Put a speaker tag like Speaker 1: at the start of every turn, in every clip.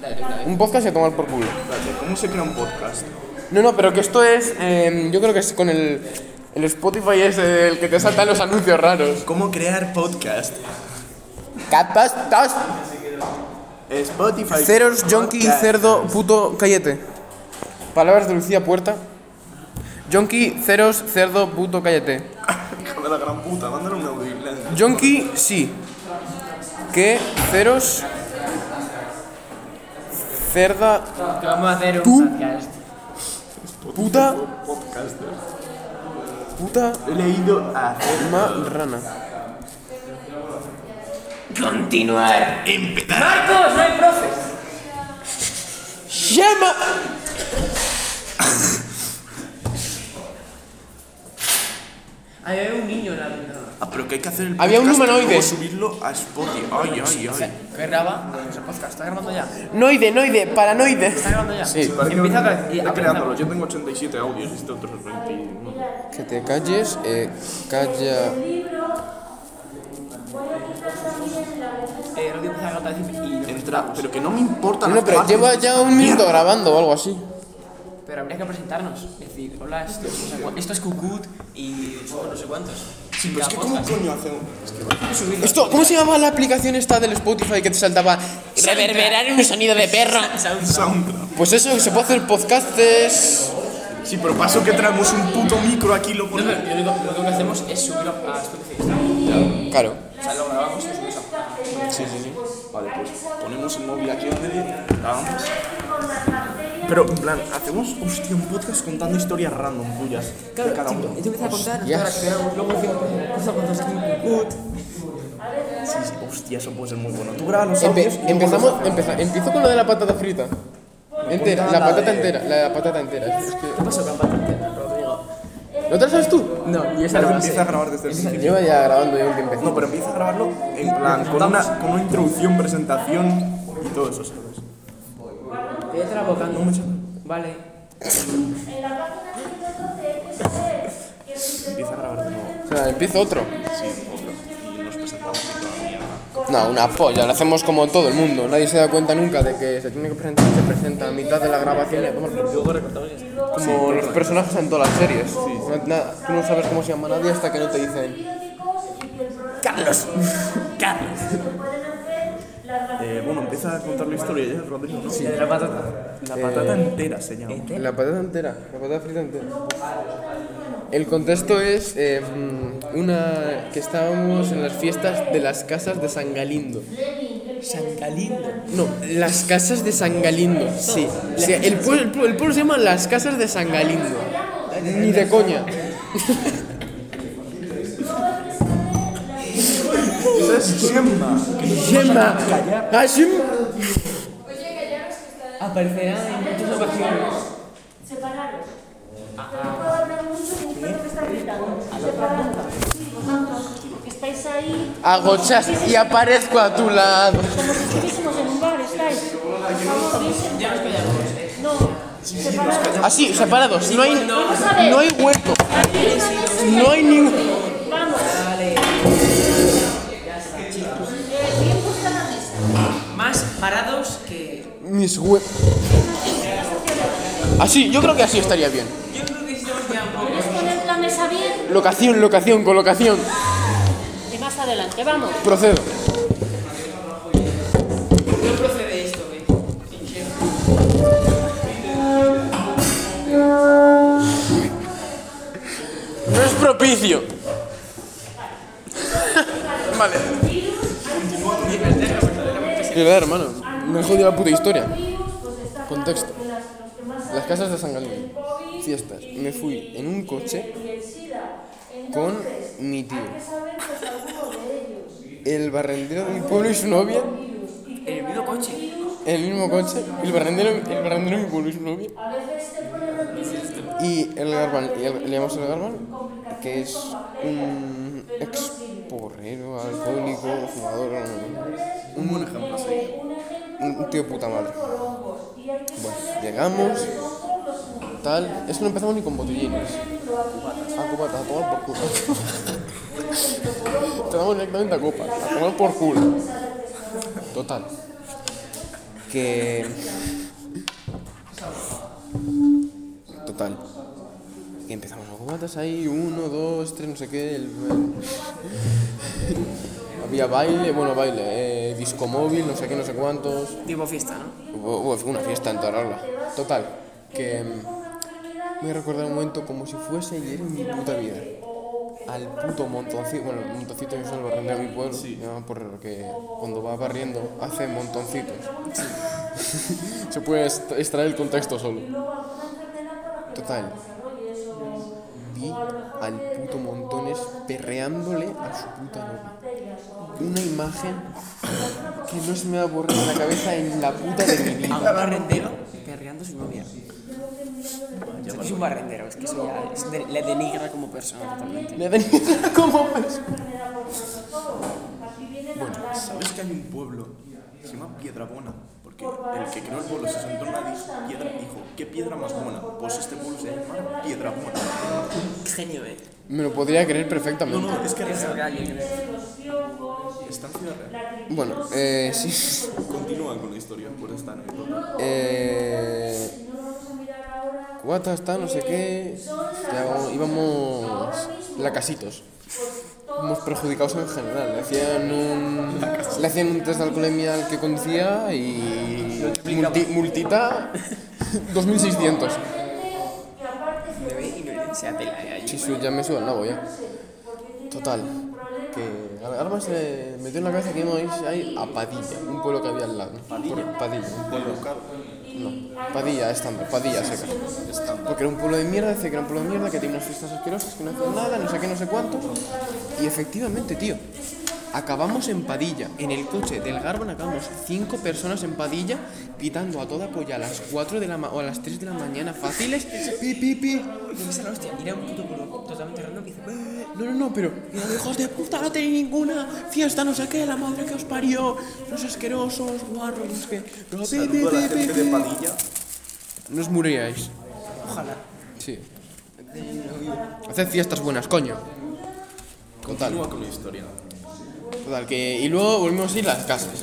Speaker 1: Dale, dale.
Speaker 2: Un podcast y a tomar por culo.
Speaker 3: Espérate, ¿cómo se crea un podcast?
Speaker 2: No, no, pero que esto es. eh, yo creo que es con el. El Spotify es el que te saltan los anuncios raros.
Speaker 3: ¿Cómo crear podcast?
Speaker 2: Capas, tas,
Speaker 3: Spotify.
Speaker 2: ceros, yonki,
Speaker 3: podcast.
Speaker 2: cerdo, puto, cállate. Palabras de Lucía Puerta. Yonki, ceros, cerdo, puto, cállate.
Speaker 3: Hija de la gran puta, mándale un audio.
Speaker 2: Yonki, sí. Que, ceros. Cerda,
Speaker 1: Que Vamos a hacer
Speaker 2: ¿Tú?
Speaker 1: un podcast.
Speaker 2: puta,
Speaker 3: Podcast. eh.
Speaker 2: puta,
Speaker 3: He leído a
Speaker 2: marrana.
Speaker 1: Continuar. Empezar. Marcos, no hay profes.
Speaker 2: ¡Llama!
Speaker 1: Hay un niño en la ventana.
Speaker 3: Ah, pero que hay que hacer el
Speaker 2: Había un
Speaker 3: podcast y
Speaker 2: humanoide.
Speaker 3: luego subirlo a Spotify. Ay, ay, ay.
Speaker 1: ¿Qué graba? Ah, es el podcast. ¿Está grabando ya? ¿Está
Speaker 2: Noide, noide, paranoide.
Speaker 1: grabando ya?
Speaker 2: Sí.
Speaker 1: Empieza a
Speaker 3: Estoy creándolo. Yo tengo 87 audios, este otro es 21.
Speaker 2: Que te calles, eh, calla.
Speaker 1: Eh, Rodrigo empieza a cantar y...
Speaker 3: Entra, pero que no me importa
Speaker 2: No,
Speaker 3: las
Speaker 2: pero
Speaker 3: partes.
Speaker 2: lleva ya un minuto grabando o algo así.
Speaker 1: Pero habría que presentarnos. Es decir, hola, esto es, esto es Cucut y somos no sé cuántos.
Speaker 3: Sí, pero es que
Speaker 1: Ya,
Speaker 3: ¿cómo
Speaker 1: podcast.
Speaker 3: coño hacemos? Es que vale.
Speaker 1: Subirlo.
Speaker 2: Esto, ¿cómo se llamaba la aplicación esta del Spotify que te saltaba? Reverberar un sonido de perro.
Speaker 1: Soundtrack.
Speaker 3: Soundcloud.
Speaker 2: Pues eso, se puede hacer podcastes.
Speaker 3: Sí, pero paso que traemos un puto micro aquí lo
Speaker 1: No,
Speaker 3: ponemos.
Speaker 1: pero lo único, lo único que hacemos es subirlo a Spotify.
Speaker 2: Claro.
Speaker 1: O sea, lo grabamos y lo subimos a
Speaker 3: Sí, sí, sí. Vale, pues ponemos el móvil aquí donde grabamos. Pero, en plan, hacemos, hostia, un podcast contando historias random tuyas. de cada uno.
Speaker 1: Yo empecé a contar,
Speaker 2: Hostias.
Speaker 1: ahora creamos, luego decimos, cosa con dos Cucut.
Speaker 3: Sí, sí, hostia, eso puede ser muy bueno. Tú grabas los
Speaker 2: Empe-
Speaker 3: audios y
Speaker 2: empezamos, empeza- empiezo con lo de la patata frita. Entera, la patata entera, la, la patata entera. Es que-
Speaker 1: ¿Qué pasó con Patente, Rodrigo?
Speaker 2: ¿No te la sabes tú?
Speaker 1: No, y esa
Speaker 3: Claro,
Speaker 1: no la
Speaker 3: empieza a
Speaker 1: sé.
Speaker 3: grabar desde el principio.
Speaker 2: Lleva ya grabando ya un tiempo.
Speaker 3: No, pero empieza a grabarlo en plan, con una, con una introducción, presentación y todo eso, ¿sabes?
Speaker 1: Piedra abocando mucho. Vale.
Speaker 3: Empieza a grabar de nuevo.
Speaker 2: O sea, empiezo otro.
Speaker 3: Sí, otro. Y nos presentamos y toda la mierda.
Speaker 2: No, una polla, lo hacemos como todo el mundo. Nadie se da cuenta nunca de que se tiene que presentar, se presenta a mitad de la grabación y a tomar por culo. Como los personajes en todas las series. No- nada, tú no sabes cómo se llama nadie hasta que no te dicen.
Speaker 3: Carlos. Carlos. Eh, bueno, empieza a contar la historia ya, Rodrigo, ¿no?
Speaker 1: La de la patata.
Speaker 3: La patata Eh, entera se llama.
Speaker 2: La patata entera, la patata frita entera. El contexto es eh, mm, una que estábamos en las fiestas de las casas de San Galindo.
Speaker 1: San Galindo.
Speaker 2: No, las casas de San Galindo. Sí. O sea, el, pueblo, el pueblo- el pueblo se llama las casas de San Galindo. Ni de coña.
Speaker 3: Esa es Gemma.
Speaker 2: Gemma. Ah, Gemma.
Speaker 1: Aparecerá en muchas ocasiones.
Speaker 4: Separaros. Pero no puedo hablar mucho de un perro que está gritando. Separaros. Sí, vosotros, que estáis ahí,
Speaker 2: Agochas y aparezco a tu lado.
Speaker 4: como si estuviésemos en un bar, estáis. Vamos, bien sentados. No, separados.
Speaker 2: Así, separados. No hay,
Speaker 4: Vamos a ver.
Speaker 2: no hay hueco.
Speaker 4: Aquí, aquí,
Speaker 2: No hay ningún.
Speaker 4: Vamos. Eh, bien puesta la mesa.
Speaker 1: Más parados que.
Speaker 2: Mis huecos. Así, yo creo que así estaría bien.
Speaker 1: Yo creo que estamos quedando un poco.
Speaker 4: ¿Quieres poner la mesa bien?
Speaker 2: Locación, locación, colocación.
Speaker 4: Y más adelante, vamos.
Speaker 2: Procedo.
Speaker 1: No procede esto, ¿eh?
Speaker 2: No es propicio. vale. De verdad, hermano. Me he jodido la puta historia.
Speaker 4: pues
Speaker 2: Contexto. Las casas de San Galindo. Fiestas. Me fui en un coche con mi tío. El barrendero de mi pueblo y su novia.
Speaker 1: En el mismo coche.
Speaker 2: El mismo coche. El barrendero, el barrendero de mi pueblo y su novia. Y el Garban, y el- le llamamos el Garban, que es un ex porrero, alcohólico, fumador, un, buen ejemplo, un, un tío de puta madre. Bueno, llegamos, tal, es que no empezamos ni con botellines. A copas, a tomar por culo. Tomamos directamente a copas, a tomar por culo. Total. que... Total. Y empezamos los cubatas ahí, uno, dos, tres, no sé qué. el- el- Había baile, bueno, baile, eh, disco móvil, no sé qué, no sé cuántos.
Speaker 1: Tipo fiesta, ¿no?
Speaker 2: Hubo, hubo una fiesta en Torralba. Total, que mm, me recuerda un momento como si fuese ayer en mi puta vida. Al puto montoncito, bueno, el montoncito es el barrendero de mi pueblo, me llama por lo que cuando va barriendo hace montoncitos. Se puede est- extraer el contexto solo. Total, vi al puto montones perreándole a su puta novia. Una imagen que no se me va a borrar de la cabeza en la puta de mi vida.
Speaker 3: Ah.
Speaker 1: A un barrendero perreando a su novia. O sea, que es un barrendero, es que eso ya es de- le denigra como persona totalmente.
Speaker 2: Le den como
Speaker 3: Bueno, ¿sabes que hay un pueblo? Se llama Piedrabona, porque el que creó el pueblo se sentó en una dis- piedra y dijo, ¿qué piedra más buena? Pues este pueblo se llama Piedrabona.
Speaker 1: Qué genio, eh.
Speaker 2: Me lo podría creer
Speaker 3: No,
Speaker 2: perfectamente.
Speaker 3: no, es que
Speaker 1: Es lo que
Speaker 3: real.
Speaker 1: alguien cree.
Speaker 3: Está en Ciudad Real.
Speaker 2: Bueno, eh, sí.
Speaker 3: Continúan con la historia por esta anécdota.
Speaker 2: Eh, Cuata está, no sé qué. Ya vamos- íbamos lacasitos. Íbamos perjudicados en general. Le hacían un, le hacían un test de alcoholemia al que conducía y. multi- multita 2600.
Speaker 1: Le ve y no- se apela eh,
Speaker 2: Sí,
Speaker 1: allí.
Speaker 2: sí, ya me suda el nabo ya. Total, que ahora me se metió en la cabeza que íbamos a ir ahí a Padilla, un pueblo que había al lado. Por- Padilla, un pueblo. No, Padilla estándar, Padilla seca. Porque era un pueblo de mierda, dice que era un pueblo de mierda, que tiene unas fiestas asquerosas, que no hacen nada, no sé qué, no sé cuánto. Y efectivamente, tío, acabamos en Padilla, en el coche del Garban acabamos cinco personas en Padilla, pitando a toda polla a las 4 de la ma- o a las 3 de la mañana fáciles, pi, pi, pi.
Speaker 1: Y esa la hostia, mira un puto culo totalmente random que dice, "Eh,
Speaker 2: No, no, no, pero pero, hijos de puta, no tenéis ninguna fiesta, no sé qué, la madre que os parió, los asquerosos, guarros, no sé qué. Pero, pi, pi,
Speaker 3: Saludo a la
Speaker 2: pi, pi,
Speaker 3: gente de
Speaker 2: pi.
Speaker 3: Padilla.
Speaker 2: No os muriáis.
Speaker 1: ojalá.
Speaker 2: Sí. Haced fiestas buenas, coño. Total,
Speaker 3: Continúa con la historia.
Speaker 2: total, que. Y luego volvimos a ir a las casas.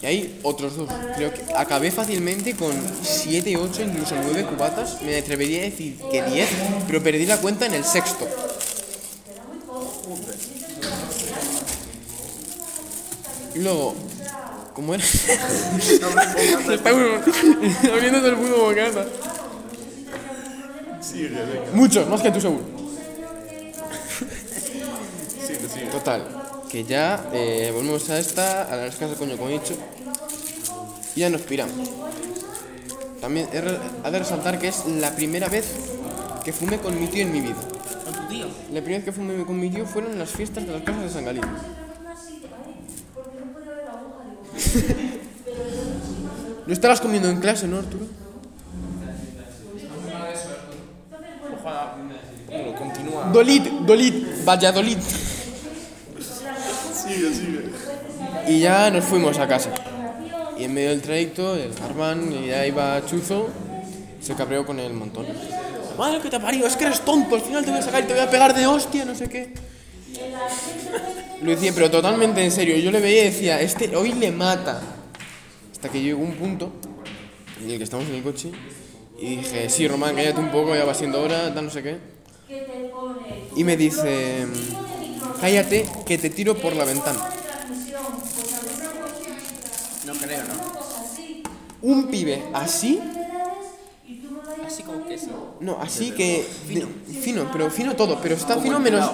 Speaker 2: Y ahí otros dos. Creo que acabé fácilmente con 7, 8, incluso 9 cubatas. Me atrevería a decir que 10, pero perdí la cuenta en el sexto. Y luego, ¿cómo era? Estamos abriendo todo el mundo bocata.
Speaker 3: Sigue, venga.
Speaker 2: Muchos, más que tú seguro.
Speaker 3: Sigue, sigue.
Speaker 2: Total, que ya eh, volvemos a esta, a las casas coño como he dicho, y ya nos piramos. También he re- ha de resaltar que es la primera vez que fumé con mi tío en mi vida.
Speaker 1: Con tu tío.
Speaker 2: La primera vez que fumé con mi tío fueron en las fiestas de las casas de San Galindo. ¿No estarás comiendo en clase, no, Arturo?
Speaker 3: Bueno, continúa.
Speaker 2: Dolid, Dolid, Valladolid.
Speaker 3: Sigue, sigue.
Speaker 2: Y ya nos fuimos a casa. Y en medio del trayecto, el Arman ya iba chuzo, se cabreó con el montón. Madre que te parió, es que eres tonto, al final te voy a sacar y te voy a pegar de hostia, no sé qué. Lo decía, pero totalmente en serio. Yo le veía y decía, este hoy le mata. Hasta que llegó un punto en el que estamos en el coche y dije, sí, Román, cállate un poco, ya va siendo hora, tal, no sé qué. Y me dice, cállate, que te tiro por la ventana.
Speaker 1: No creo, ¿no?
Speaker 2: un pibe así,
Speaker 1: Así como que sí.
Speaker 2: no, así que fino, fino pero fino todo, pero está fino menos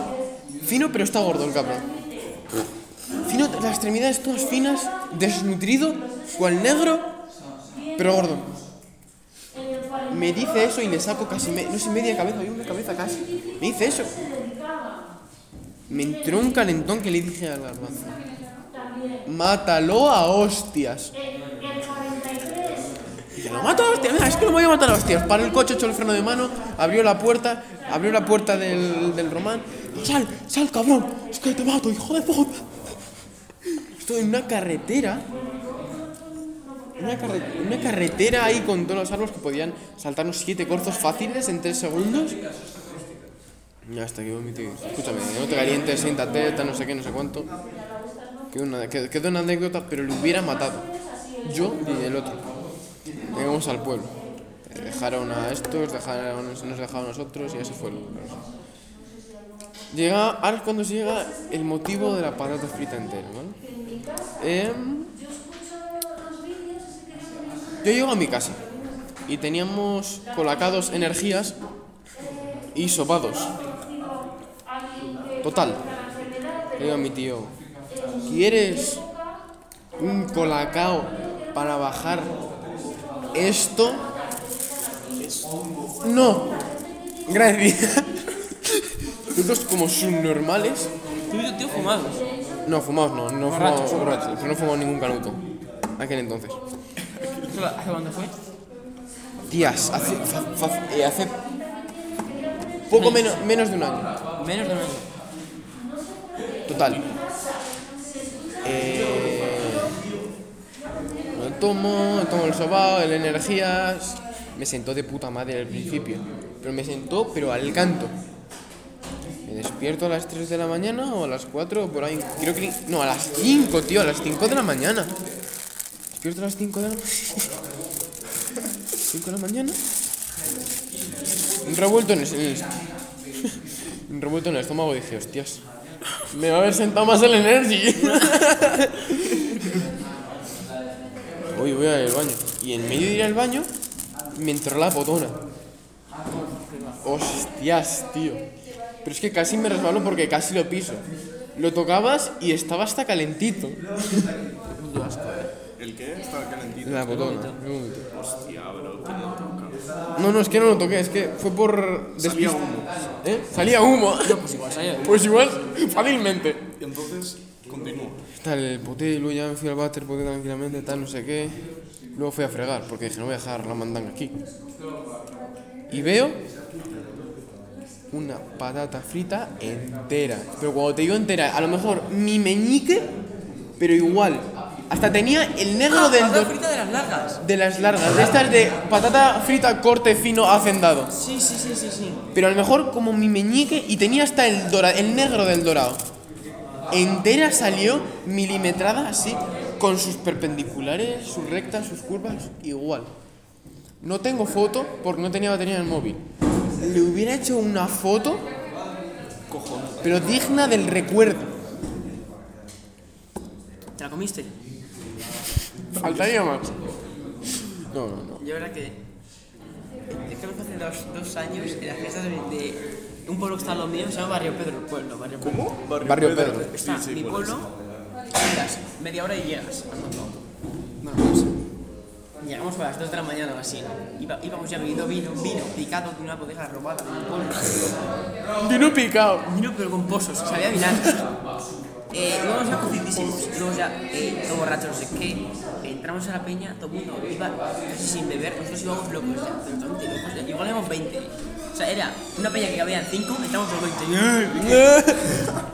Speaker 2: fino, pero está gordo el cabrón. Fino, las extremidades todas finas, desnutrido, cual negro, pero gordo. Me dice eso y le saco casi, me- no sé, media cabeza, hay una cabeza casi. Me dice eso. Me entró un calentón que le dije al garbanzo. Mátalo a hostias. Y lo mato a hostias, mira, es que lo voy a matar a hostias. Paró el coche, echó el freno de mano, abrió la puerta, abrió la puerta del, del Román. Sal, sal, cabrón, es que te mato, hijo de puta. Estoy en una carretera. Una, carre- una carretera ahí con todos los árboles que podían saltarnos siete corzos fáciles en tres segundos. Ya hasta que vomité. Escúchame, no te calientes, siéntate, tal, no sé qué, no sé cuánto. Quedó una, quedó quedó una anécdota, pero lo hubiera matado. Yo y el otro. Llegamos al pueblo. Eh, Dejaron a estos, dejaron, nos dejaron a nosotros y ya se fue el Llega, ahora es cuando se llega el motivo de la patata frita entera, ¿vale? Em, yo llego a mi casa y teníamos colocados energías y sopados. Total. Le digo a mi tío, ¿quieres un colacao para bajar esto? No. Gracias. Nosotros como subnormales.
Speaker 5: Tú y tu tío fumados.
Speaker 2: No, fumados no, no
Speaker 5: Borrachos,
Speaker 2: fumamos borrachos, pero no fumamos ningún canuto. Aquel entonces.
Speaker 5: ¿Eso hace cuándo fue?
Speaker 2: Días, hace, fa- fa- eh, hace poco menos, menos de un año.
Speaker 5: Menos de un año.
Speaker 2: Total. Eh, lo tomo, tomo el sobao, el energías. Me sentó de puta madre al principio. Pero me sentó, pero al canto. Me despierto a las 3 de la mañana o a las 4 por ahí. Creo que. No, a las 5, tío, a las 5 de la mañana. Despierto a las 5 de la mañana. 5 de la mañana. Un revuelto en el- en el un revuelto en el estómago y dije, hostias, me va a haber sentado más el energy. Hoy voy al baño. Y en medio de ir al baño, me entró la potona. Hostias, tío. Pero es que casi me resbaló porque casi lo piso. Lo tocabas y estaba hasta calentito.
Speaker 3: ¿El qué? Estaba calentito.
Speaker 2: La potona.
Speaker 3: Hostia, bro, que no toca.
Speaker 2: No, no, es que no lo toqué, es que fue por...
Speaker 3: Salía
Speaker 2: despiste.
Speaker 3: humo.
Speaker 2: ¿Eh? Salía humo.
Speaker 5: Pues igual, ¿sabes?
Speaker 2: Pues igual, fácilmente.
Speaker 3: Entonces, continúa.
Speaker 2: Tal, el poté, luego ya me fui al váter, poté tranquilamente, tal, no sé qué. Luego fui a fregar, porque dije, no voy a dejar la mandanga aquí. Y veo una patata frita entera. Pero cuando te digo entera, a lo mejor mi meñique, pero igual. Hasta tenía el negro del
Speaker 5: Ah, Patata
Speaker 2: do-
Speaker 5: frita de las largas.
Speaker 2: de las largas, de estas de patata frita corte fino hacendado.
Speaker 5: Sí, sí, sí, sí, sí.
Speaker 2: Pero a lo mejor como mi meñique y tenía hasta el, dora- el negro del dorado. Entera salió milimetrada así, con sus perpendiculares, sus rectas, sus curvas, igual. No tengo foto porque no tenía batería en el móvil. Le hubiera hecho una foto, pero digna del recuerdo.
Speaker 5: ¿Te la comiste?
Speaker 2: Faltaría más. No, no, no.
Speaker 5: Yo ahora que... Es que no fue hace dos, dos años en las fiestas de, de un pueblo que está a los míos, se llama Barrio Pedro, el pueblo, Barrio Pedro. Pues
Speaker 3: Barrio,
Speaker 2: Barrio
Speaker 3: Pedro.
Speaker 2: Pedro.
Speaker 5: Está
Speaker 3: Sí, sí,
Speaker 5: mi
Speaker 3: por
Speaker 5: pueblo,
Speaker 3: eso.
Speaker 5: llegas, media hora y llegas. andando. Bueno, pues, llegamos a las 2 de la mañana o así. Iba- íbamos ya bebiendo vino, vino picado de una bodega robada del pueblo.
Speaker 2: Vino picado.
Speaker 5: Vino pero con pozos, sabía vinagre. Eh, íbamos ya cocidísimos, íbamos ya eh, todo borrachos, no sé qué. Entramos a la peña, todo el mundo iba casi sin beber, nosotros íbamos locos ya, pero totalmente locos ya. Igual éramos 20. O sea, era una peña que cabían 5, entramos los 20.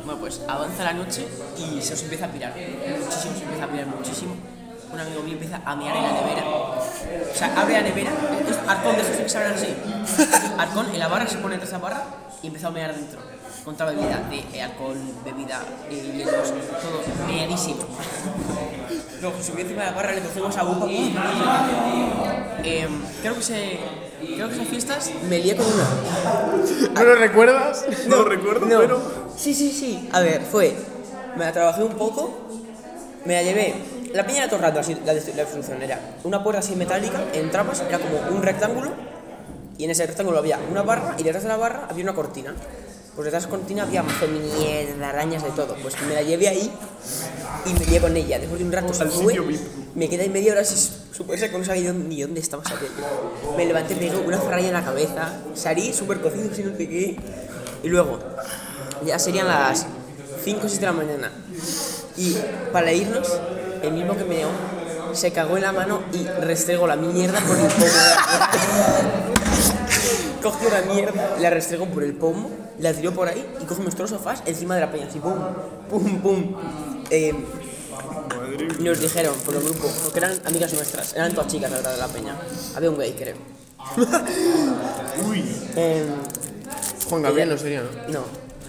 Speaker 5: Bueno, pues avanza la noche y se os empieza a pirar. Muchísimo, se empieza a pirar muchísimo. Un amigo mío empieza a mirar en la nevera. O sea, abre la nevera, es arcón de esos que se abren así. Arcón en la barra, se pone entre esa barra y empieza a mirar dentro. Con toda la bebida de eh, alcohol, bebida, eh, hielos, todo meadísimo. Luego subió encima de la barra, le cogimos a Bupa. ¡pum! Em, creo que se. Creo que esas fiestas me lié con una.
Speaker 2: ¿No lo recuerdas?
Speaker 3: No, lo recuerdo, pero.
Speaker 5: Sí, sí, sí. A ver, fue. Me la trabajé un poco. Me la llevé. La piña era todo el rato así, la, destru- la destrucción. Era una puerta así metálica, entrabas, era como un rectángulo. Y en ese rectángulo había una barra y detrás de la barra había una cortina. Pues detrás de la cortina había mazo de mierda, arañas de todo. Pues me la llevé ahí y me lié con ella. Después de un rato
Speaker 3: al
Speaker 5: sube,
Speaker 3: sitio VIP.
Speaker 5: me quedé ahí media hora así, supuesta que no sabía ni dónde estaba sabía yo. Me levanté, me dio una ferralla en la cabeza, salí súper cocido, si no sé qué. Y luego, ya serían las 5 o 6 de la mañana. Y para irnos, el mismo que me dio se cagó en la mano y restregó la mierda por el pomo. Cogió la mierda, la restregó por el pomo, la tiró por ahí y cogió nuestros sofás encima de la peña, así, pum, pum, pum. Eh, nos dijeron por el grupo, porque eran amigas nuestras, eran todas chicas la verdad de la peña. Había un gay, creo.
Speaker 3: Uy,
Speaker 5: Em,
Speaker 2: Juan Gabriel no sería, ¿no?
Speaker 5: no,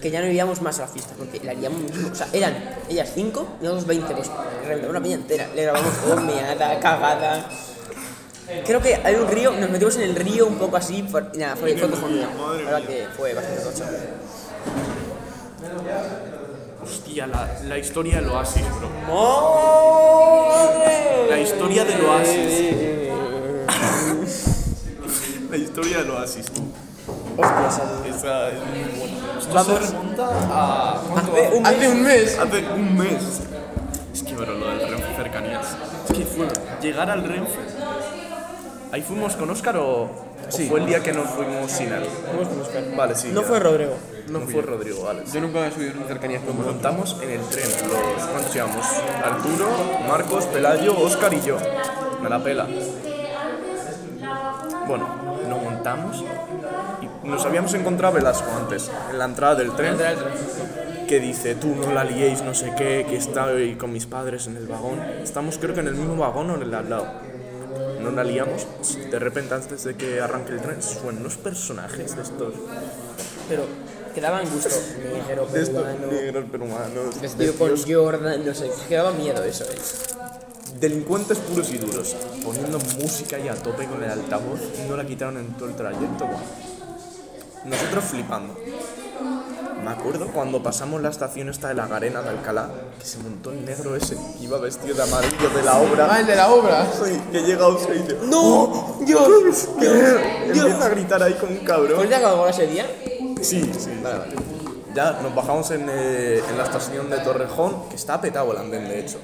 Speaker 5: que ya no iríamos más a la fiesta, porque la haríamos muchísimo. O sea, eran ellas 5 y nosotros 20, pues reventamos la peña entera. Le grabamos gomeada, cagada. Creo que hay un río, nos metimos en el río un poco así, por- y nada, fue, fue cojonudo. La verdad que fue bastante tocho.
Speaker 3: Hostia, la, la historia del oasis, bro.
Speaker 5: ¡Madre!
Speaker 3: La historia del oasis. La historia del oasis, tú.
Speaker 5: Hostia, Santi.
Speaker 3: Esa es muy buena. Esto se
Speaker 5: Vamos.
Speaker 3: remonta a... ¿cuánto?
Speaker 5: Hace Ah,
Speaker 2: Ah.
Speaker 5: un mes.
Speaker 3: Hace un mes. Es que, bro, lo del Renfe cercanías. Es que fue llegar al Renfe. ¿Ahí fuimos con Óscar o, o fue el día que nos fuimos sin él? Fuimos con Óscar. Vale, sí.
Speaker 5: No
Speaker 3: ya.
Speaker 5: fue Rodrigo.
Speaker 3: No, fue Rodrigo, vale.
Speaker 2: Yo nunca he subido en cercanías
Speaker 3: Nos montamos en el tren, los ¿cuántos íbamos? Arturo, Marcos, Pelayo, Óscar y yo. Me la pela. Bueno, nos montamos y nos habíamos encontrado a Velasco antes, en la entrada del tren, que dice, tú no la liéis, no sé qué, que estoy con mis padres en el vagón. Estamos creo que en el mismo vagón o en el al lado. No la liamos. De repente, antes de que arranque el tren, suenan unos personajes de estos,
Speaker 5: Pero quedaban gusto. Negro,
Speaker 3: de estos
Speaker 5: peruano.
Speaker 3: negros peruanos.
Speaker 5: Tío con Jordan, no sé. Que daba miedo eso, eh.
Speaker 3: Delincuentes puros y duros, poniendo música y a tope con el altavoz, no la quitaron en todo el trayecto. guau. Nosotros flipando. Me acuerdo cuando pasamos la estación esta de la Garena de Alcalá, que se montó el negro ese, que iba vestido de amarillo de la obra,
Speaker 2: Ah, el de la obra.
Speaker 3: Sí, que llega Oscar y dice, "Oh,
Speaker 5: ¡No! ¡Dios!
Speaker 3: empieza a gritar ahí como un cabrón.
Speaker 5: ¿Fuiste a Coca-Cola ese día?
Speaker 3: Sí, sí. Vale, vale. Ya nos bajamos en, eh, en la estación de Torrejón, que está petado el andén, de hecho.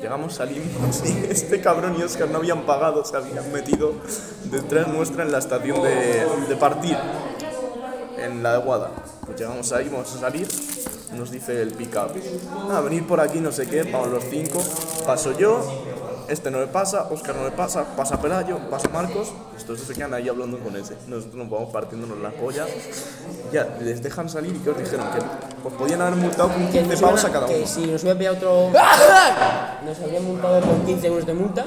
Speaker 3: Llegamos, salimos y este cabrón y Oscar no habían pagado, se habían metido detrás nuestra en la estación de, de partir, en la de Guada. Pues llegamos ahí, vamos a salir, nos dice el pick-up. Ah, venir por aquí, no sé qué, vamos los cinco. Paso yo, este no le pasa, Oscar no le pasa, pasa Pelayo, pasa Marcos. Estos dos se quedan ahí hablando con ese. Nosotros nos vamos partiéndonos la polla. Ya, les dejan salir y que os dijeron que pues podían haber multado con
Speaker 5: Que
Speaker 3: 15
Speaker 5: nos
Speaker 3: pavos
Speaker 5: iban
Speaker 3: a cada uno.
Speaker 5: Que si nos hubiera pillado otro. nos habrían multado con 15 euros de multa.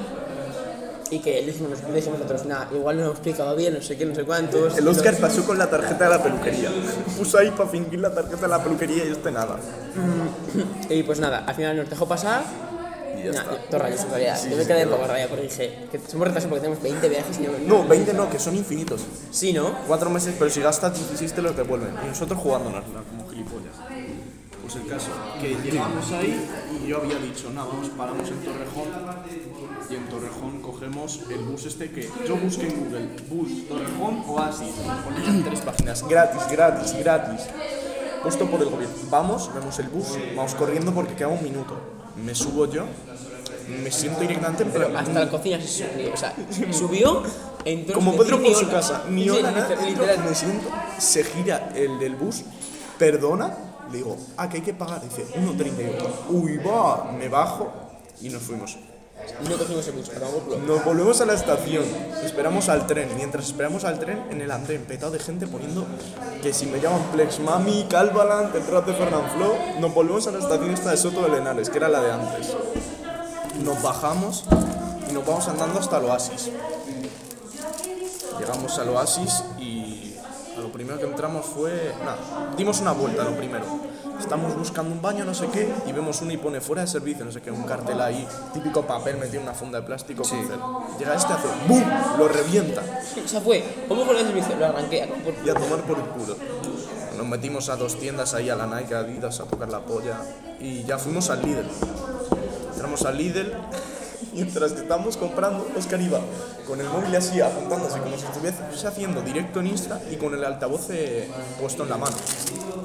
Speaker 5: Y que le dijimos, le dijimos nosotros, nada, igual no lo explicaba bien, no sé qué, no sé cuántos.
Speaker 3: El Oscar pasó con la tarjeta de la peluquería. Puso ahí para fingir la tarjeta de la peluquería y este nada.
Speaker 5: Y pues nada, al final nos dejó pasar.
Speaker 3: Y ya
Speaker 5: Nah,
Speaker 3: está.
Speaker 5: Dos rayos en realidad.
Speaker 3: Sí,
Speaker 5: Yo me
Speaker 3: sí,
Speaker 5: quedé
Speaker 3: sí,
Speaker 5: un poco
Speaker 3: claro.
Speaker 5: raya porque dije que somos retrasados porque tenemos 20 viajes y no.
Speaker 3: No, 20 no, que son infinitos.
Speaker 5: Sí, ¿no?
Speaker 3: Cuatro meses, pero si gastas 16 te los devuelven. Y nosotros jugándonos. Como gilipollas. Pues el caso, que llegamos ahí y yo había dicho, nada, vamos, paramos en Torrejón y en Torrejón cogemos el bus este que yo busqué en Google, bus Torrejón Oasis, ponían tres páginas, gratis, gratis, gratis, puesto por el gobierno. Vamos, vemos el bus, vamos corriendo porque queda un minuto. Me subo yo, me siento directamente, pero
Speaker 5: Hasta la cocina se subió. O sea, subió. Entonces,
Speaker 3: como Pedro por
Speaker 5: por
Speaker 3: su casa, ni hola, nada, entro,
Speaker 5: Literal,
Speaker 3: me siento, se gira el del bus, perdona, le digo, ah, que hay que pagar, dice, 1.38, uy, va, me bajo y nos fuimos.
Speaker 5: y no cogimos el bus, pero vamos, lo-
Speaker 3: Nos volvemos a la estación, esperamos al tren, mientras esperamos al tren, en el andén, petado de gente poniendo que si me llaman Plex Mami, Calvaland, el rap de Fernanfloo, nos volvemos a la estación esta de Soto de Lenares, que era la de antes. Nos bajamos y nos vamos andando hasta el oasis. Llegamos al oasis y a lo primero que entramos fue. Nada, dimos una vuelta a lo primero. Estamos buscando un baño, no sé qué, y vemos uno y pone fuera de servicio, no sé qué, un cartel ahí, típico papel metido en una funda de plástico. con cel. Llega este, hace ¡BUM! Lo revienta
Speaker 5: O sea, fue, Pues ¿cómo con el servicio? Lo arranqué. a- por-
Speaker 3: y a tomar por el culo. Nos metimos a dos tiendas ahí, a la Nike, a Adidas, a tocar la polla. Y ya fuimos al Lidl. Entramos al Lidl. Mientras que estábamos comprando, Oscar iba con el móvil así apuntándose como si estuviese haciendo directo en Insta y con el altavoz eh, puesto en la mano.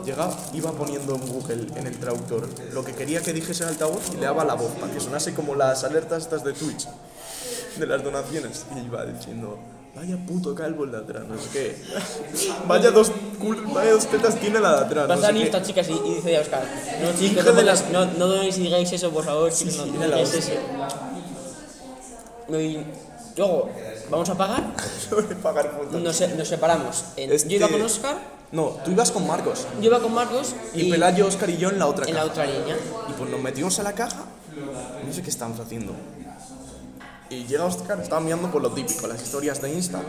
Speaker 3: Llegaba, iba poniendo en Google, en el traductor, lo que quería que dijese el altavoz y le daba la voz para que sonase como las alertas estas de Twitch de las donaciones. Y iba diciendo, vaya puto calvo el de atrás, no sé qué. vaya, dos cul- vaya dos tetas tiene la de atrás. No
Speaker 5: Pasan
Speaker 3: sé qué.
Speaker 5: estas chicas y, y dice Oscar, no chicos,
Speaker 3: Hija
Speaker 5: no,
Speaker 3: de
Speaker 5: pongas-
Speaker 3: la-
Speaker 5: no, no donéis y digáis eso, por favor, chicos,
Speaker 3: sí,
Speaker 5: no,
Speaker 3: de
Speaker 5: no
Speaker 3: la
Speaker 5: digáis eso.
Speaker 3: hostia.
Speaker 5: No, y luego, vamos a pagar,
Speaker 3: Sobre pagar putas.
Speaker 5: nos, se- nos separamos. En-
Speaker 3: Este-
Speaker 5: Yo iba con Oscar,
Speaker 3: No, tú ibas con Marcos.
Speaker 5: yo iba con Marcos
Speaker 3: Y, Pelayo, Oscar y yo en la otra
Speaker 5: en
Speaker 3: caja.
Speaker 5: la otra niña.
Speaker 3: Y pues nos metimos a la caja. No sé qué estábamos haciendo. Y llega Oscar, estaba mirando por lo típico, las historias de Insta.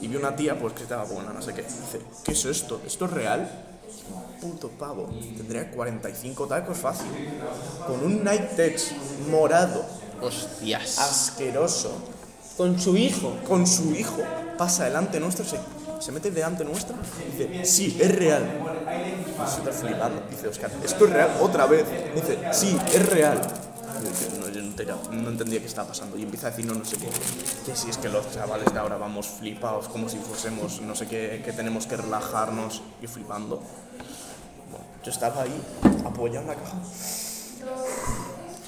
Speaker 3: Y vi una tía pues que estaba buena, no sé qué. Dice, ¿qué es esto? ¿Esto es real? puto pavo tendría 45 tacos fácil. Con un Night Tech morado,
Speaker 2: Hostias.
Speaker 3: asqueroso,
Speaker 5: Con su hijo.
Speaker 3: con su hijo, pasa delante nuestro, se, se mete delante nuestra y dice, sí, es real. Nosotros flipando. Dice Oscar, esto es real otra vez. Dice, sí, es real. Y yo digo, no, yo no, entendía, no entendía qué estaba pasando. Y empieza a decir, no, no sé qué. Que si es que los chavales de ahora vamos flipados, como si fuésemos, no sé qué, que tenemos que relajarnos y flipando. Bueno, yo estaba ahí, apoyado en la caja.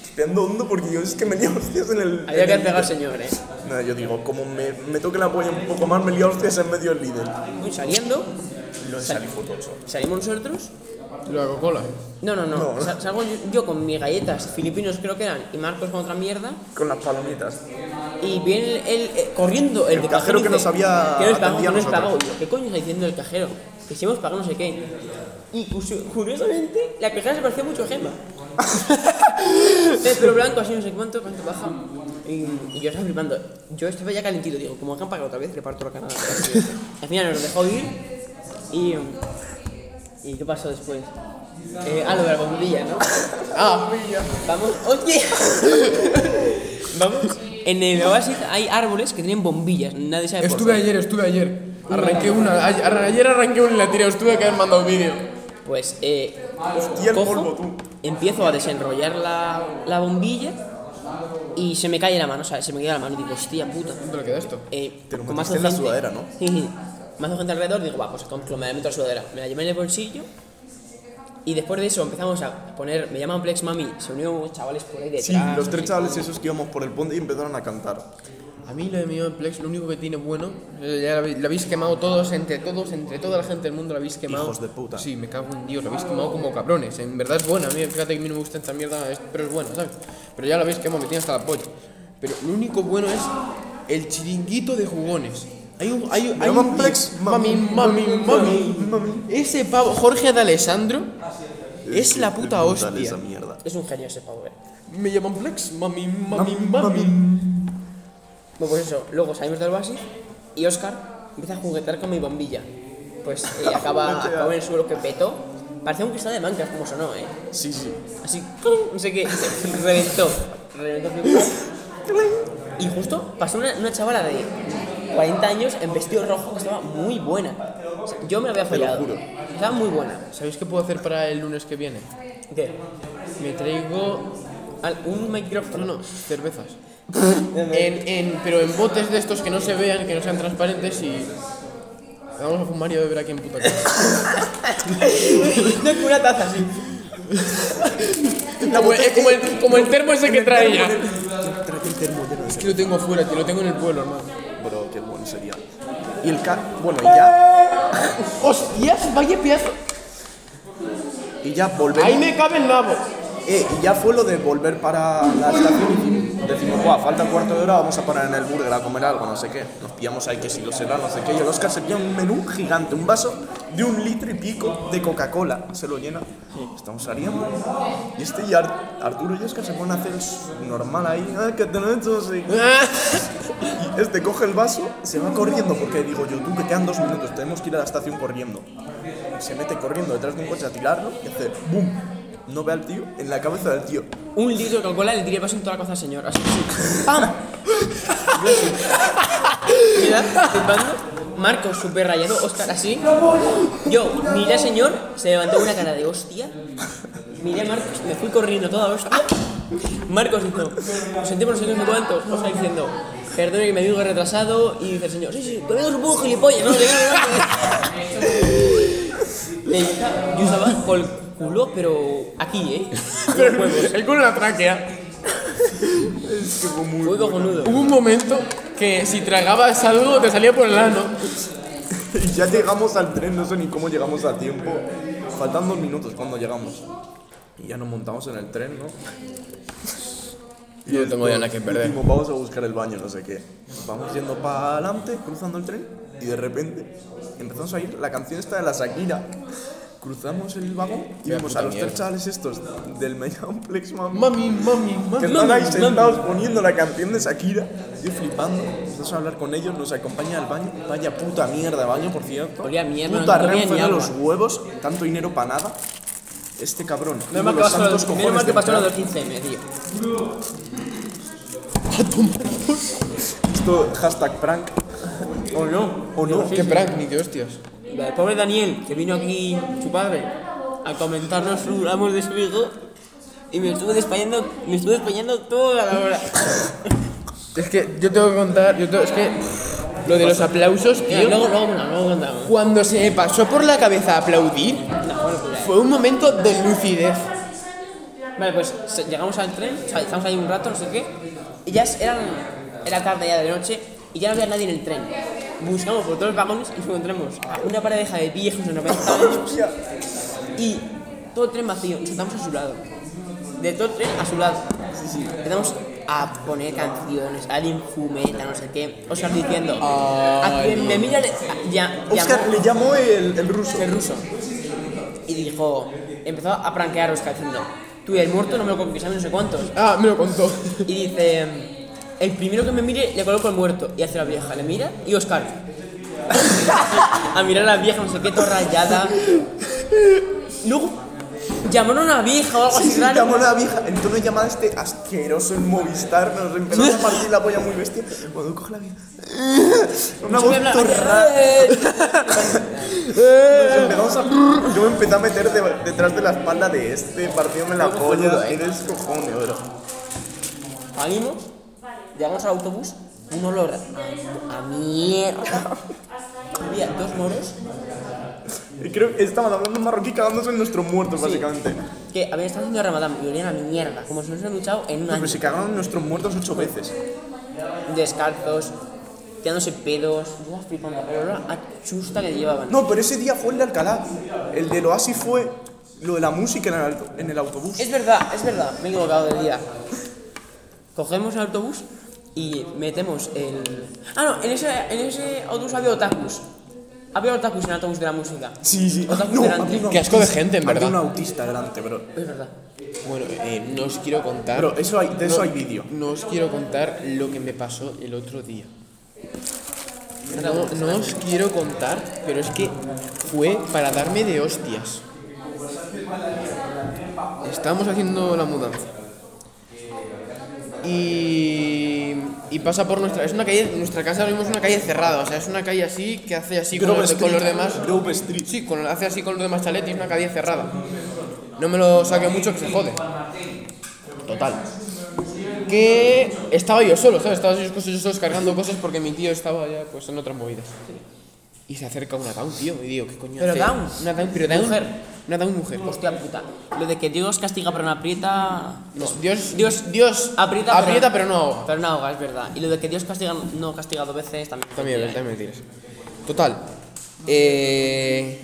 Speaker 3: Respirando hondo porque yo es que me liaba hostias en el.
Speaker 5: Había
Speaker 3: en
Speaker 5: que
Speaker 3: el-
Speaker 5: pegar señor, eh.
Speaker 3: Nada, yo digo, como me, me toque la polla un poco más, me liaba hostias en medio del líder.
Speaker 5: Uy, saliendo,
Speaker 3: Lo de salir fotoso.
Speaker 5: salimos nosotros.
Speaker 2: La Coca-Cola.
Speaker 5: No, no, no.
Speaker 3: No.
Speaker 5: Sa- Salgo yo, yo con mis galletas filipinos, creo que eran, y Marcos con otra mierda.
Speaker 3: Con las palomitas.
Speaker 5: Y viene el, el- eh, corriendo el,
Speaker 3: El
Speaker 5: de
Speaker 3: cajero
Speaker 5: y
Speaker 3: que
Speaker 5: dice,
Speaker 3: nos había
Speaker 5: Que nos pagó,
Speaker 3: atendido
Speaker 5: que
Speaker 3: a
Speaker 5: nos
Speaker 3: nosotros".
Speaker 5: pagó. Y yo, ¿Qué coño está diciendo el cajero? Que si hemos pagado no sé qué. Y cusu- curiosamente, la cajera se parecía mucho a Gemma. De pelo blanco, así no sé cuánto, cuánto baja. Y, y yo estaba flipando. Yo estaba ya calentito, digo, como han pagado otra vez, reparto la canada. Al final nos dejó ir. Y. ¿Y qué pasó después? Eh, ah, lo de la bombilla, ¿no? Ah, vamos. ¡Oye! vamos. En el oasis hay árboles que tienen bombillas, nadie sabe por
Speaker 2: Estuve
Speaker 5: qué.
Speaker 2: ayer, estuve ayer. Arranqué una. a- a- Ayer arranqué una y la tiré. Os tuve que haber mandado vídeo.
Speaker 5: Pues, eh.
Speaker 3: Hostia, el
Speaker 5: cojo,
Speaker 3: polvo, tú.
Speaker 5: Empiezo a desenrollar la, la bombilla y se me cae la mano, o sea, se me cae la mano y digo, hostia puta.
Speaker 2: ¿Dónde lo queda esto?
Speaker 5: Eh,
Speaker 3: Te lo
Speaker 5: con
Speaker 3: metiste en la
Speaker 5: gente-
Speaker 3: sudadera, ¿no?
Speaker 5: Sí, sí. Más gente alrededor, digo, va, pues con con- me la meto a la sudadera. Me la llevé en el bolsillo y después de eso empezamos a poner, me llaman Plex Mami, se unió chavales por ahí detrás.
Speaker 3: Sí, los
Speaker 5: no
Speaker 3: tres
Speaker 5: sé
Speaker 3: chavales esos que íbamos por el ponte y empezaron a cantar.
Speaker 2: A mí lo de mi Plex, lo único que tiene bueno, eh, ya lo habéis, lo habéis quemado todos, entre todos, entre toda la gente del mundo lo habéis quemado.
Speaker 3: Hijos de puta.
Speaker 2: Sí, me cago en Dios, lo habéis quemado como cabrones. En verdad es buena, a mí, fíjate que a mí no me gusta esta mierda, es- pero es buena, ¿sabes? Pero ya lo habéis quemado, me tiene hasta la polla. Pero lo único bueno es el chiringuito de jugones. Hay un. Hay, un- hay
Speaker 3: Llama
Speaker 2: un
Speaker 3: Plex,
Speaker 2: tío- mami, mami, mami, Ese pavo, Jorge de Alessandro, es la puta
Speaker 3: Es brutal
Speaker 2: hostia.
Speaker 3: Esa mierda.
Speaker 5: qué. Es un genio ese pavo, eh.
Speaker 2: Me llaman Plex, mami, mami, mami.
Speaker 5: Bueno, pues eso, luego salimos del oasis y Oscar empieza a juguetear con mi bombilla. Pues eh, acaba,
Speaker 3: Juguetear.
Speaker 5: acaba en el suelo que petó. Parecía un cristal de Minecraft, como sonó, ¿eh?
Speaker 3: Sí, sí.
Speaker 5: Así, ¡clum! no sé qué, se reventó. Reventó flipó. Y justo pasó una, una chavala de 40 años en vestido rojo que estaba muy buena. O sea, yo me la había
Speaker 3: lo
Speaker 5: fallado.
Speaker 3: juro.
Speaker 5: Estaba muy buena.
Speaker 2: ¿Sabéis qué puedo hacer para el lunes que viene?
Speaker 5: ¿Qué?
Speaker 2: Me traigo
Speaker 5: Al- Un micrófono.
Speaker 2: No, no, cervezas. en, en, pero en botes de estos que no se vean, que no sean transparentes y. Vamos a fumar y a beber aquí en puta casa.
Speaker 5: No, con una taza así.
Speaker 2: como, el, como, el, como el termo ese que trae ella.
Speaker 3: Trate el termo lleno de
Speaker 2: Es
Speaker 3: ese-
Speaker 2: que lo tengo fuera, que lo tengo en el pueblo, hermano.
Speaker 3: Bro, qué bueno sería. Y el ca... Bueno, y
Speaker 2: Ah.
Speaker 3: ya...
Speaker 2: ¡Hostias! ¡Vaya pedazo!
Speaker 3: Y ya volvemos...
Speaker 2: ¡Ahí me cabe el nabo!
Speaker 3: Eh, y ya fue lo de volver para la estación y decimos, guau, falta cuarto de hora, vamos a parar en el burger a comer algo, no sé qué. Nos pillamos ahí que si lo será, no sé qué. Y el Oscar se pilla un menú gigante, un vaso de un litro y pico de Coca-Cola. Se lo llena. Estamos saliendo. Y este y Ar- Arturo y Oscar se ponen a hacer su normal ahí. Ah, que tenemos así. Y este coge el vaso, se va corriendo, porque digo yo, tú que quedan dos minutos, tenemos que ir a la estación corriendo. Se mete corriendo detrás de un coche a tirarlo y hace ¡boom! No ve al tío, en la cabeza del tío.
Speaker 5: Un litro de Coca-Cola le tiré paso en toda la cosa al señor. Así, así. ¡Pam! Yo así. Mira, flipando. Marcos, súper rayado. Oscar, así. Yo, miré al señor, se levantó una cara de hostia. Miré a Marcos, me fui corriendo toda hostia. Marcos dijo, nos sentimos no sé qué, no sé cuántos. Oscar diciendo, perdone que me digo retrasado. Y dice el señor, sí, sí, tu amigo es un poco gilipollas. No, no, no, no". Le yo estaba con el culo, pero aquí, ¿eh?
Speaker 2: Pero el culo en la tráquea.
Speaker 5: Fue cojonudo.
Speaker 2: Hubo un momento que si tragabas algo te salía por el ano.
Speaker 3: Y ya llegamos al tren, no sé ni cómo llegamos a tiempo. Faltan dos minutos cuando llegamos. Y ya nos montamos en el tren, ¿no?
Speaker 2: Yo no tengo ya nada que perder.
Speaker 3: Dijimos, vamos a buscar el baño, no sé qué. Vamos yendo para adelante, cruzando el tren, y de repente empezamos a oír la canción esta de la Shakira. Cruzamos el vagón y
Speaker 2: Qué
Speaker 3: vemos
Speaker 2: puta
Speaker 3: a los tres
Speaker 2: mierda.
Speaker 3: chavales estos del Megaplex, mamá.
Speaker 2: Mami, mami, mami.
Speaker 3: que están ahí
Speaker 5: mami.
Speaker 3: sentados poniendo la canción de Shakira. Yo flipando. Empezamos a hablar con ellos, nos acompaña al baño. Vaya puta mierda de baño, por cierto.
Speaker 5: Olía a mierda,
Speaker 3: Puta
Speaker 5: no comía
Speaker 3: renfe
Speaker 5: ni
Speaker 3: de
Speaker 5: agua.
Speaker 3: los huevos, tanto dinero para nada. Este cabrón.
Speaker 5: Menos
Speaker 3: tuvo
Speaker 5: mal que
Speaker 3: los
Speaker 5: pasó lo
Speaker 3: santos
Speaker 5: del- menos
Speaker 3: cojones de
Speaker 5: mal que pasó lo
Speaker 3: entrar.
Speaker 5: del 15M, tío.
Speaker 3: Esto, hashtag prank.
Speaker 5: O no.
Speaker 3: O no.
Speaker 2: Qué prank, ni que hostias.
Speaker 5: El pobre Daniel, que vino aquí, su padre, a comentarnos su amor de su hijo, y me estuvo despañando, me estuvo despañando toda la hora.
Speaker 2: Es que yo tengo que contar, yo tengo- es que pff, lo de los aplausos,
Speaker 5: Mira,
Speaker 2: tío,
Speaker 5: luego, luego, no, luego contamos.
Speaker 2: cuando se me pasó por la cabeza aplaudir, fue un momento de lucidez.
Speaker 5: Vale, pues se- llegamos al tren, o sea, estamos ahí un rato, no sé qué, y ya es- eran, era tarde ya de noche, y ya no había nadie en el tren. Buscamos por todos los vagones y nos encontramos a una pareja de viejos de 90 años, y todo el tren vacío, nos sentamos a su lado. De todo el tren a su lado. Empezamos a poner canciones, alguien fumeta, no sé qué. Oscar diciendo, a quien me mira le, ya, llamó
Speaker 3: Oscar le llamó el, el ruso.
Speaker 5: el ruso. Y dijo, empezó a pranquear a Oscar diciendo, tú y el muerto no me lo conquistas no sé cuántos.
Speaker 2: Ah, me lo contó.
Speaker 5: Y dice, el primero que me mire le coloco el muerto. Y hace la vieja, le mira y Oscar. a mirar a la vieja, no sé qué, toda rayada. Luego llamaron a la vieja o algo
Speaker 3: Sí,
Speaker 5: así
Speaker 3: sí,
Speaker 5: raro.
Speaker 3: llamó la vieja. El tono de llamada este asqueroso en Movistar nos empezó a partir la polla muy bestia. Cuando coge la vieja. Una
Speaker 5: Se
Speaker 3: voz
Speaker 5: me habla-
Speaker 3: torrada.
Speaker 5: ¡Eh!
Speaker 3: Nos empezamos a- Yo me empecé a meter de- detrás de la espalda de este, partiéndome la polla. Eres cojones, bro.
Speaker 5: Salimos, llegamos al autobús, un olor a, a mierda. Había dos moros
Speaker 3: Y creo que estaban hablando en marroquí cagándose en nuestros muertos, básicamente.
Speaker 5: que habían estado haciendo ramadán y olían a mierda, como si no se hubieran duchado en un año.
Speaker 3: Pero se cagaron en nuestros muertos ocho veces.
Speaker 5: Descalzos, tirándose pedos, yo flipando, el olor a chusta que llevaban.
Speaker 3: No, pero ese día fue el de Alcalá. El del Oasis fue lo de la música en el, auto- en el autobús.
Speaker 5: Es verdad, es verdad, me he equivocado del día. Cogemos el autobús y metemos el... Ah, no, en ese, en ese autobús había otakus. Había otakus en el autobús de la música.
Speaker 3: Sí, sí.
Speaker 5: Otakus
Speaker 3: No,
Speaker 5: delante.
Speaker 3: había un
Speaker 2: Qué asco de gente, en
Speaker 3: había
Speaker 2: verdad.
Speaker 3: un autista delante, bro.
Speaker 5: Es verdad.
Speaker 2: Bueno, eh, no os quiero contar.
Speaker 3: Bro, eso hay, de eso
Speaker 2: no-
Speaker 3: hay vídeo.
Speaker 2: No os quiero contar lo que me pasó el otro día. No, no os quiero contar, pero es que fue para darme de hostias. Estábamos haciendo la mudanza. Y, y pasa por nuestra. Es una calle. Nuestra casa ahora mismo es una calle cerrada. O sea, es una calle así que hace así con,
Speaker 3: Grove
Speaker 2: los, de- con los
Speaker 3: Street,
Speaker 2: demás.
Speaker 3: Grove Street.
Speaker 2: Sí, con, hace así con los demás chalet y es una calle cerrada. No me lo saque mucho que se jode. Total. Que estaba yo solo, ¿sabes? Estaba yo solo- yo solo cargando cosas porque mi tío estaba ya pues en otras movidas. Y se acerca una down, tío. Y digo, ¿qué coño
Speaker 5: Pero
Speaker 2: hace?
Speaker 5: down.
Speaker 2: Una down, pero down.
Speaker 5: Mujer.
Speaker 2: Una down mujer.
Speaker 5: Hostia puta. Lo de que Dios castiga pero no aprieta.
Speaker 2: Dios, Dios,
Speaker 5: Dios-
Speaker 2: Dios
Speaker 5: Aprieta,
Speaker 2: aprieta pero no ahoga.
Speaker 5: Pero no ahoga, es verdad. Y lo de que Dios castiga no castiga dos veces también. ¿eh?
Speaker 2: También, también mentiras. Total. Eh...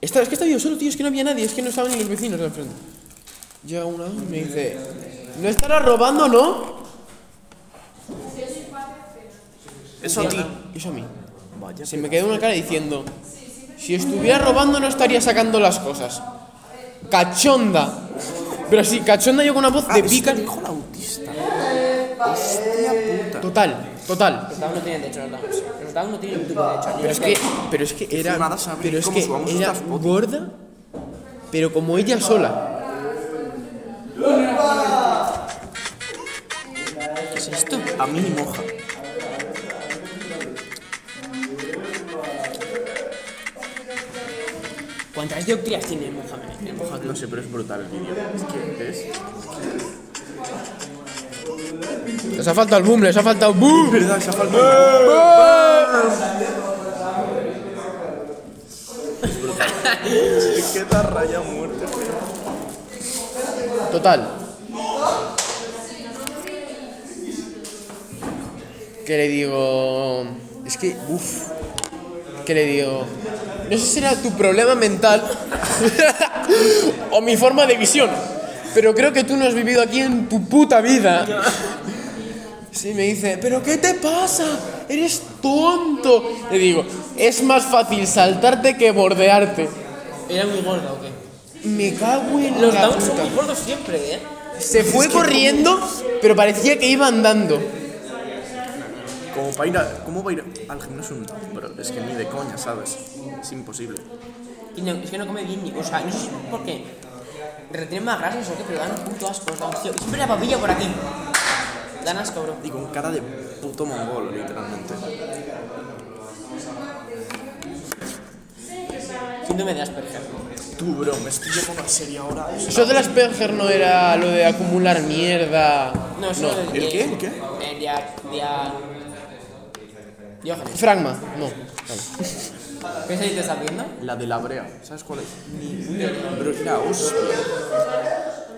Speaker 2: Esta, es que estaba yo solo, tío, es que no había nadie, es que no estaban ni los vecinos de enfrente. Llega una y me dice, ¿no estarás robando, no?
Speaker 3: Eso a ti.
Speaker 2: Y eso a mí. Se me quedó una cara diciendo, si estuviera robando no estaría sacando las cosas. Cachonda. Pero sí, cachonda yo con una voz
Speaker 3: Ah,
Speaker 2: de
Speaker 3: eso
Speaker 2: pica.
Speaker 3: te dijo el autista. Hostia puta.
Speaker 2: Total, total.
Speaker 5: Los down no tienen derecho, los down. Los down no tienen ningún tipo de derecho.
Speaker 2: Pero es que, pero es que
Speaker 3: encima
Speaker 2: era,
Speaker 3: ahora sabré
Speaker 2: pero es
Speaker 3: cómo
Speaker 2: que
Speaker 3: subamos
Speaker 2: era
Speaker 3: estas fotos.
Speaker 2: gorda, pero como ella sola.
Speaker 5: ¿Qué es esto?
Speaker 3: A mí ni moja.
Speaker 5: ¿Cuántas dioptrías tiene Mohamed? El Mohamed.
Speaker 3: No sé, pero es brutal el vídeo. Es que es.
Speaker 2: Les ha faltado el boom, les ha faltado boom.
Speaker 3: verdad, se ha faltado. Es que esta raya muerte.
Speaker 2: Total. Que le digo, es que, uff. Que le digo, no sé si será tu problema mental o mi forma de visión, pero creo que tú no has vivido aquí en tu puta vida. Sí, me dice, ¿pero qué te pasa? Eres tonto. Le digo, es más fácil saltarte que bordearte.
Speaker 5: ¿Era muy gorda o qué?
Speaker 2: Me cago en
Speaker 5: Los
Speaker 2: la
Speaker 5: Downs son
Speaker 2: puta.
Speaker 5: muy gordos siempre, ¿eh?
Speaker 2: Se fue corriendo, pero parecía que iba andando.
Speaker 3: Como para ir a- ¿Cómo va a ir al gimnasio un down? Pero es que ni de coña, ¿sabes? Es imposible.
Speaker 5: Y no- es que no come bien ni. O sea, no sé si por qué. Retienen más grasas o qué, pero dan un puto asco los Downs, tío. Y Siempre la papilla por aquí. Dan asco, bro.
Speaker 3: Y con cara de puto mongol, literalmente.
Speaker 5: Síndrome de Asperger.
Speaker 3: Tú, bro, me estoy llevando una serie ahora.
Speaker 2: Eso de las Asperger no era lo de acumular mierda.
Speaker 5: No, eso no.
Speaker 3: ¿El qué? ¿El qué?
Speaker 5: El de. a- de a- Diógenes.
Speaker 2: Fragma, no.
Speaker 5: ¿Qué serie te estás viendo?
Speaker 3: La de la brea, ¿sabes cuál es? Bro, la hostia.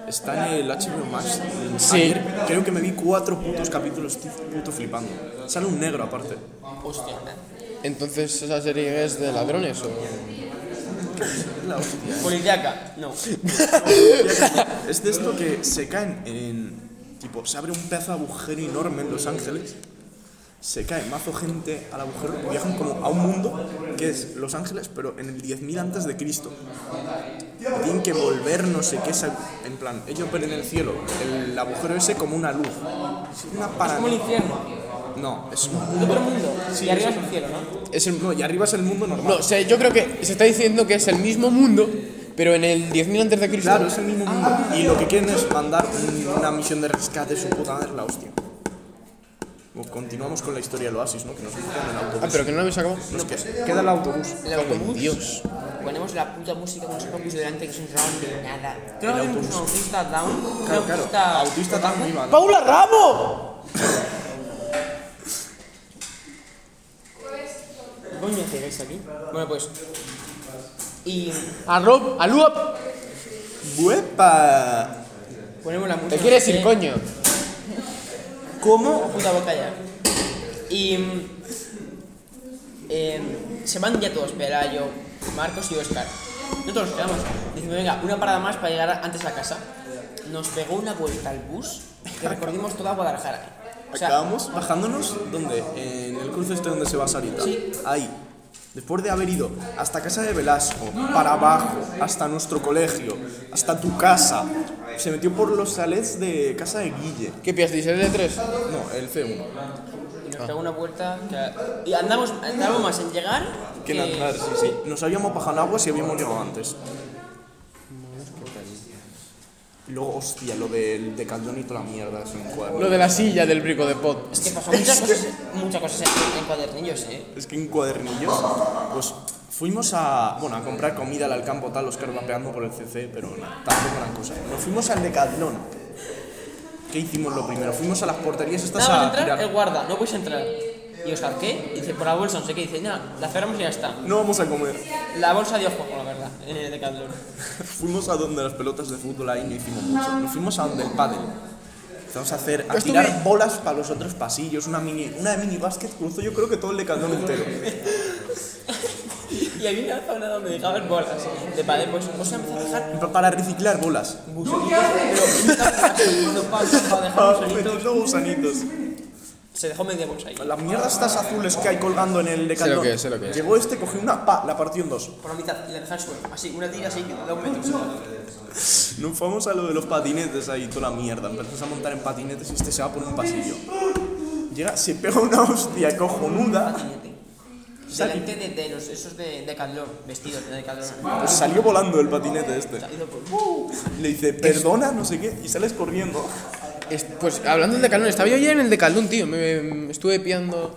Speaker 3: Está en el HBO Max.
Speaker 2: Sí.
Speaker 3: Ayer creo que me vi cuatro putos capítulos, estoy puto flipando. Sale un negro aparte.
Speaker 5: Hostia.
Speaker 2: Entonces esa serie es de ladrones o.
Speaker 3: La hostia.
Speaker 5: Policiaca. No.
Speaker 3: Es de esto que se caen en. Tipo, se abre un pedazo de agujero enorme en Los Ángeles. Se cae mazo gente al agujero y viajan como a un mundo que es Los Ángeles, pero en el 10.000 antes de Cristo. Y Tienen que volver, no sé qué. sal- En plan, ellos ven en el cielo el agujero ese como una luz. Es una
Speaker 5: Como el
Speaker 3: paranoia.
Speaker 5: infierno.
Speaker 3: No, es un mundo.
Speaker 5: Otro mundo. y arriba es el cielo, ¿no?
Speaker 2: Es el-
Speaker 3: No, y arriba es el mundo normal.
Speaker 2: No, o sea, yo creo que se está diciendo que es el mismo mundo, pero en el 10.000 antes de Cristo.
Speaker 3: Claro, es el mismo mundo. Y lo que quieren es mandar un- una misión de rescate, su puta madre, la hostia. Bueno, continuamos con la historia del oasis, ¿no? Que nos en el autobús.
Speaker 2: Ah, pero que no lo habéis acabado.
Speaker 3: No, es que queda el autobús.
Speaker 5: El autobús.
Speaker 2: Dios.
Speaker 5: Ponemos la puta música con los popus delante que se entraban de nada. Creo que un autista down.
Speaker 3: Claro, claro. Autista tan viva, ¿no?
Speaker 2: ¡Paula Ramo!
Speaker 5: ¿Qué coño hacéis aquí? Bueno, pues. Y
Speaker 2: A Rob, a Luap.
Speaker 3: ¡Buepa!
Speaker 5: ponemos la música.
Speaker 2: ¿Te quieres ir,
Speaker 5: eh,
Speaker 2: coño?
Speaker 5: ¿Cómo? Puta boca ya. Y. mm, eh, se van ya todos, Pelayo, Marcos y Oscar. Nosotros nos quedamos. Diciendo, venga, una parada más para llegar antes a casa. Nos pegó una vuelta al bus que recorrimos toda Guadalajara. O sea,
Speaker 3: Acabamos bajándonos, ¿dónde? En el cruce este donde se va Sarita.
Speaker 5: Sí.
Speaker 3: Ahí. Después de haber ido hasta casa de Velasco, para abajo, hasta nuestro colegio, hasta tu casa, se metió por los sales de casa de Guille.
Speaker 2: ¿Qué pillasteis? ¿El de 3
Speaker 3: No, el C1.
Speaker 5: y nos pegó una vuelta que. Y andamos, andamos más en llegar
Speaker 3: Que
Speaker 5: Eh,
Speaker 3: nadar, sí, sí. Nos habíamos bajado al agua si habíamos llegado antes. Y luego, hostia, lo del decaldón y toda la mierda, eso en cuadernillos.
Speaker 2: Lo de la silla del brico de pot.
Speaker 5: Es que pasó muchas cosas, muchas cosas en, en cuadernillos, eh.
Speaker 3: Es que en cuadernillos, pues fuimos a, bueno, a comprar comida al campo tal, Oscar va pegando por el CC, pero nada, tampoco gran cosa. Nos fuimos al decathlon. ¿Qué hicimos lo primero? Fuimos a las porterías estas
Speaker 5: Nada,
Speaker 3: a
Speaker 5: vas a entrar,
Speaker 3: tirar-
Speaker 5: el guarda, no puedes entrar. Y Oscar, ¿qué? Dice, por la bolsa, no sé qué. Dice, nada, la cerramos y ya está.
Speaker 3: No vamos a comer.
Speaker 5: La bolsa dio juego, la verdad, eh, en el Decathlon.
Speaker 3: Fuimos a donde las pelotas de fútbol ahí no hicimos mucho. Nos fuimos a donde el pádel. Empezamos a hacer, a
Speaker 2: Yo estuve-
Speaker 3: tirar bolas para los otros pasillos, una mini, una mini básquet cruzó yo creo que todo el decathlon entero.
Speaker 5: Y había una zona donde dejaban bolas de padre, pues vos empezó a dejar
Speaker 3: Pa- Para reciclar bolas.
Speaker 5: gusanitos, pero estaba haciendo pausa para dejar
Speaker 3: Ah,
Speaker 5: gusanitos.
Speaker 3: metiendo gusanitos.
Speaker 5: Se dejó media bolsa ahí.
Speaker 3: Las mierdas estas azules que hay colgando en el decathlon.
Speaker 2: lo que es, sé lo que es.
Speaker 3: Llegó este, cogió una pa, la partió en dos.
Speaker 5: Por la mitad, y la dejé al suelo. Así, una tira así, de un metro.
Speaker 3: Nos fuimos a lo de los patinetes ahí, toda la mierda. Empezamos a montar en patinetes y este se va por un pasillo. Llega, se pega una hostia cojonuda.
Speaker 5: Patinete. Delante de, de los, esos de Decathlon, vestidos de Decathlon.
Speaker 3: Pues salió volando el patinete este.
Speaker 5: Hizo por-
Speaker 3: Le dice, perdona, no sé qué, y sales corriendo.
Speaker 2: Es- Pues hablando del Decathlon, estaba yo ayer en el Decathlon, tío. Me, me estuve pillando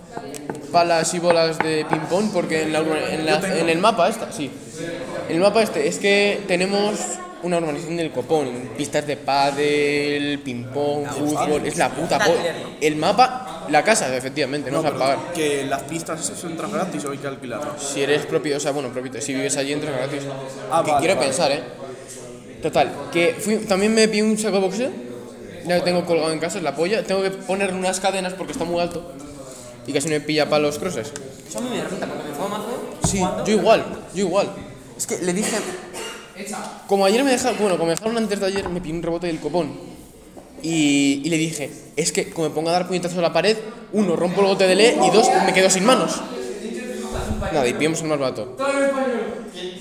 Speaker 2: palas y bolas de ping-pong porque en, la urba- en la- en el mapa esta, sí. En el mapa este es que tenemos una urbanización del copón, pistas de pádel, ping-pong, fútbol, es la puta po- El mapa, la casa, efectivamente, no, vas a
Speaker 3: pero
Speaker 2: pagar.
Speaker 3: Que las pistas esas entran gratis o hay que alquilarlas.
Speaker 2: Si eres propio, o sea, bueno, propio, si vives allí entras gratis.
Speaker 3: Ah,
Speaker 2: que
Speaker 3: vale,
Speaker 2: quiero
Speaker 3: vale.
Speaker 2: pensar, ¿eh? Total, que fui, también me pillé un saco de boxeo, ya lo tengo colgado en casa, es la polla. Tengo que poner unas cadenas porque está muy alto y casi me pilla para los crosses.
Speaker 5: Eso a mí me irrita porque me fue mazo.
Speaker 2: Sí, yo igual, yo igual.
Speaker 6: Es que le dije.
Speaker 2: Como ayer me dejaron, bueno, como me dejaron antes de ayer, me pillé un rebote del copón. Y, y le dije, es que como me pongo a dar puñetazos a la pared, uno, rompo el E gote de le y dos, me quedo sin manos. Nada, y pillamos el más barato.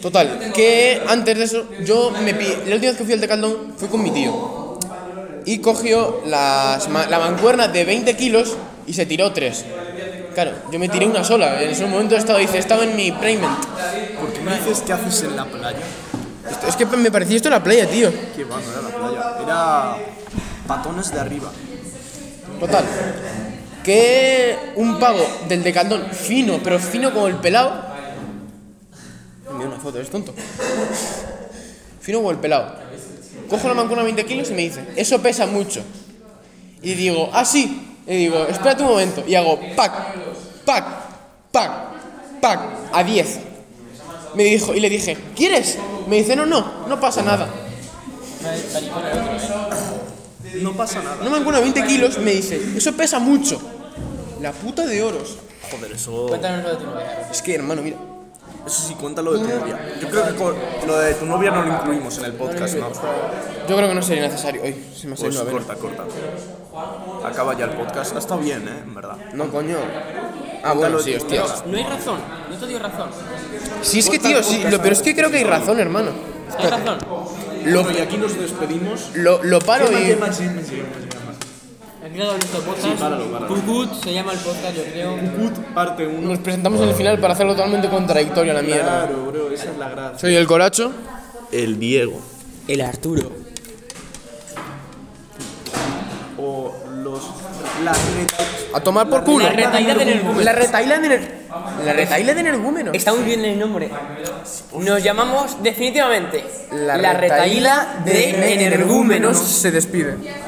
Speaker 2: Total, que antes de eso, yo me pi... La última vez que fui al Decathlon fui con mi tío. Y cogió las ma- la mancuerna de 20 kilos y se tiró tres. Claro, yo me tiré una sola. En ese momento estaba, dice, estaba en mi payment.
Speaker 3: ¿Por qué me dices qué haces en la playa?
Speaker 2: Esto- es que me parecía esto la playa, tío.
Speaker 3: Que va, no era la playa. Era patones de arriba.
Speaker 2: Total. Que un pavo del decaldón fino, pero fino como el pelado. Envió una foto, es tonto. Fino como el pelado. Cojo la mancuerna de 20 kilos y me dice, eso pesa mucho. Y digo, ah, sí. Y digo, espérate un momento. Y hago, pac, pac, pac, pac, a 10. Me dijo, y le dije, ¿quieres? Me dice, no, no, no pasa nada.
Speaker 3: No pasa nada.
Speaker 2: Una mancuerna de 20 kilos me dice, eso pesa mucho. La puta de oros.
Speaker 3: Joder, eso.
Speaker 5: Cuéntanos lo de tu novia.
Speaker 2: Es que, hermano, mira.
Speaker 3: Eso sí, cuéntalo de tu novia. Yo creo que con- lo de tu novia no lo incluimos en el podcast, ¿no?
Speaker 2: Yo creo que no sería necesario. hoy se me ha
Speaker 3: Pues
Speaker 2: salido una vena.
Speaker 3: corta, corta. Acaba ya el podcast. Ha estado bien, ¿eh? En verdad.
Speaker 2: No, coño. Ah, bueno, sí, hostia.
Speaker 5: No hay razón, no te dio razón.
Speaker 2: Sí, es que, tío, sí. Lo peor es que creo que hay razón, hermano.
Speaker 5: Hay razón.
Speaker 2: Lo,
Speaker 3: y aquí nos despedimos.
Speaker 2: lo, lo paro y.
Speaker 5: Aquí ha dado nuestro podcast. Cucut se llama el podcast, yo creo.
Speaker 3: parte 1.
Speaker 2: Nos presentamos en el final para hacerlo totalmente contradictorio a la mierda.
Speaker 3: Claro, bro, esa es la gracia.
Speaker 2: Soy el Colacho.
Speaker 3: El Diego.
Speaker 5: El Arturo.
Speaker 3: O los. Las retas.
Speaker 2: A tomar por culo.
Speaker 5: La retaíla del energúmeno.
Speaker 2: La retaíla de energúmeno. La retaíla de energúmeno.
Speaker 5: Está muy bien el nombre. Nos llamamos definitivamente
Speaker 2: retaíla de energúmenos se despide.